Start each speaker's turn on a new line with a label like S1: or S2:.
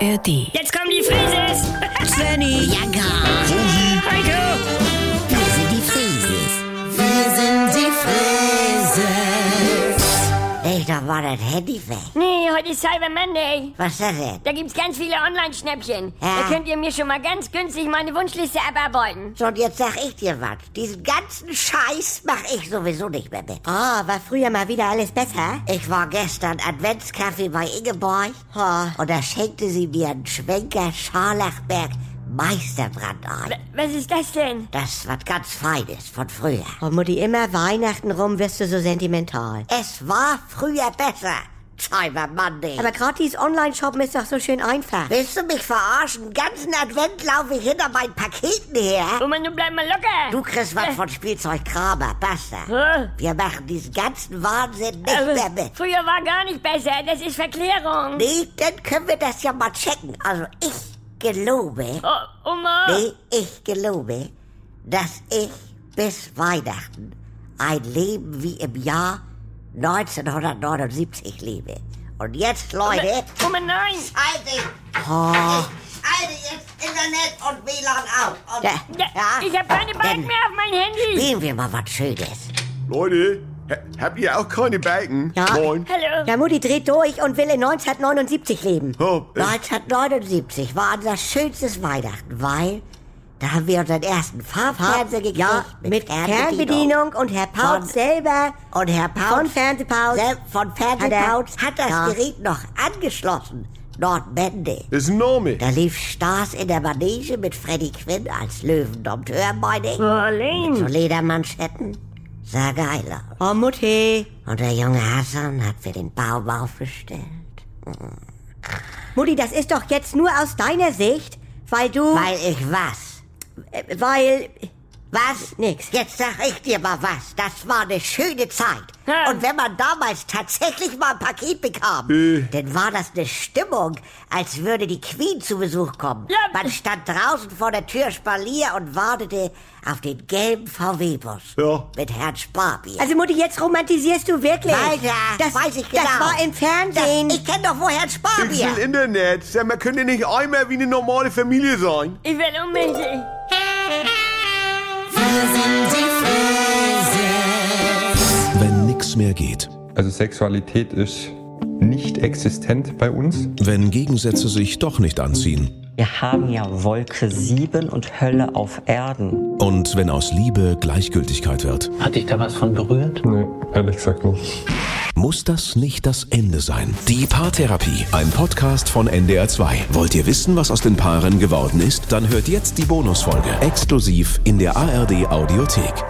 S1: ARD.
S2: Jetzt kommen die Frises!
S3: Svenny,
S4: Ja, gar.
S2: Heiko!
S4: Wir sind die Frieses. Wir sind die Frieses. Leg doch mal das Handy weg.
S2: Nee, heute ist Cyber Monday.
S4: Was ist das denn?
S2: Da gibt's ganz viele Online-Schnäppchen.
S4: Ja.
S2: Da könnt ihr mir schon mal ganz günstig meine Wunschliste abarbeiten.
S4: So, und jetzt sag ich dir was. Diesen ganzen Scheiß mach ich sowieso nicht mehr mit. Oh, war früher mal wieder alles besser? Ich war gestern Adventskaffee bei Ingeborg. Oh. Und da schenkte sie mir einen Schwenker Scharlachberg Meisterbrand ein.
S2: Was ist das denn?
S4: Das ist was ganz Feines von früher.
S3: oh Mutti, immer Weihnachten rum wirst du so sentimental.
S4: Es war früher besser. Cyber Monday.
S3: Aber gerade dieses Online-Shoppen ist doch so schön einfach.
S4: Willst du mich verarschen? Den ganzen Advent laufe ich hinter meinen Paketen her.
S2: Oh Mann, du bleib mal locker!
S4: Du kriegst was von Spielzeug Kramer, basta.
S2: Hä?
S4: Wir machen diesen ganzen Wahnsinn nicht
S2: Aber
S4: mehr mit.
S2: Früher war gar nicht besser, das ist Verklärung.
S4: Nee, dann können wir das ja mal checken. Also ich gelobe,
S2: Oh, Oma!
S4: nee, ich gelobe, dass ich bis Weihnachten ein Leben wie im Jahr 1979 lebe. Und jetzt, Leute,
S2: Oma, nein!
S4: schalte,
S2: Oh.
S4: schalte jetzt Internet und WLAN auf. Und,
S3: Ja.
S2: Ja, Ich hab keine Balken
S4: dann-
S2: mehr auf mein Handy!
S4: Nehmen wir mal was Schönes.
S5: Leute, ha- habt ihr auch keine Balken?
S3: Ja.
S5: Moin.
S2: Hallo!
S3: Ja, Mutti dreht durch und will in 1979 leben.
S5: Oh, äh,
S4: 1979 war unser schönstes Weihnachten, weil da haben wir unseren ersten Farbfernseher gekriegt.
S3: Ja, mit Fernbedienung und Herr
S4: Von-
S3: Pautz selber
S4: Und Herr
S3: von
S4: Pautz
S3: Fernsehpautz.
S4: sel- von Fernsehpautz hat das
S3: Ja.
S4: Gerät noch angeschlossen. Nordmende.
S5: ist ein Name.
S4: Da lief Stars in der Manege mit Freddy Quinn als Löwendompteur, meine ich.
S3: Hm.
S4: So
S2: Berlin!
S4: Ledermanschetten sah geil aus.
S3: Oh Mutti.
S4: Und der junge Hassan hat mir den Hm. Baum aufgestellt.
S3: Mutti, das ist doch jetzt nur aus deiner Sicht, weil du...
S4: Weil ich was?
S3: äh, weil
S4: Was?
S3: Nix.
S4: Jetzt sag ich dir mal was. Das war eine schöne Zeit.
S2: Ja.
S4: Und wenn man damals tatsächlich mal ein Paket bekam,
S5: Äh.
S4: dann war das eine Stimmung, als würde die Queen zu Besuch kommen.
S2: Ja.
S4: Man stand draußen vor der Tür Spalier und wartete auf den gelben VW-Bus.
S5: Ja.
S4: Mit Herrn Spabier.
S3: Also Mutti, jetzt romantisierst du wirklich.
S4: Alter,
S3: das
S4: weiß ich genau.
S3: Das war im
S2: Also,
S3: Fernsehen.
S4: ich kenne doch wohl Herrn
S5: Gibt's
S4: Spabier.
S5: im Internet. Sag mal, könnt ihr nicht einmal wie eine normale Familie sein?
S2: Ich will unmäßig!
S6: Wenn nix mehr geht.
S7: Also Sexualität ist nicht existent bei uns.
S6: Wenn Gegensätze sich doch nicht anziehen.
S8: Wir haben ja Wolke 7 und Hölle auf Erden.
S6: Und wenn aus Liebe Gleichgültigkeit wird.
S9: Hat dich da was von berührt?
S7: Nee, ehrlich gesagt nicht.
S6: Muss das nicht das Ende sein? Die Paartherapie, ein Podcast von NDR2. Wollt ihr wissen, was aus den Paaren geworden ist? Dann hört jetzt die Bonusfolge exklusiv in der ARD Audiothek.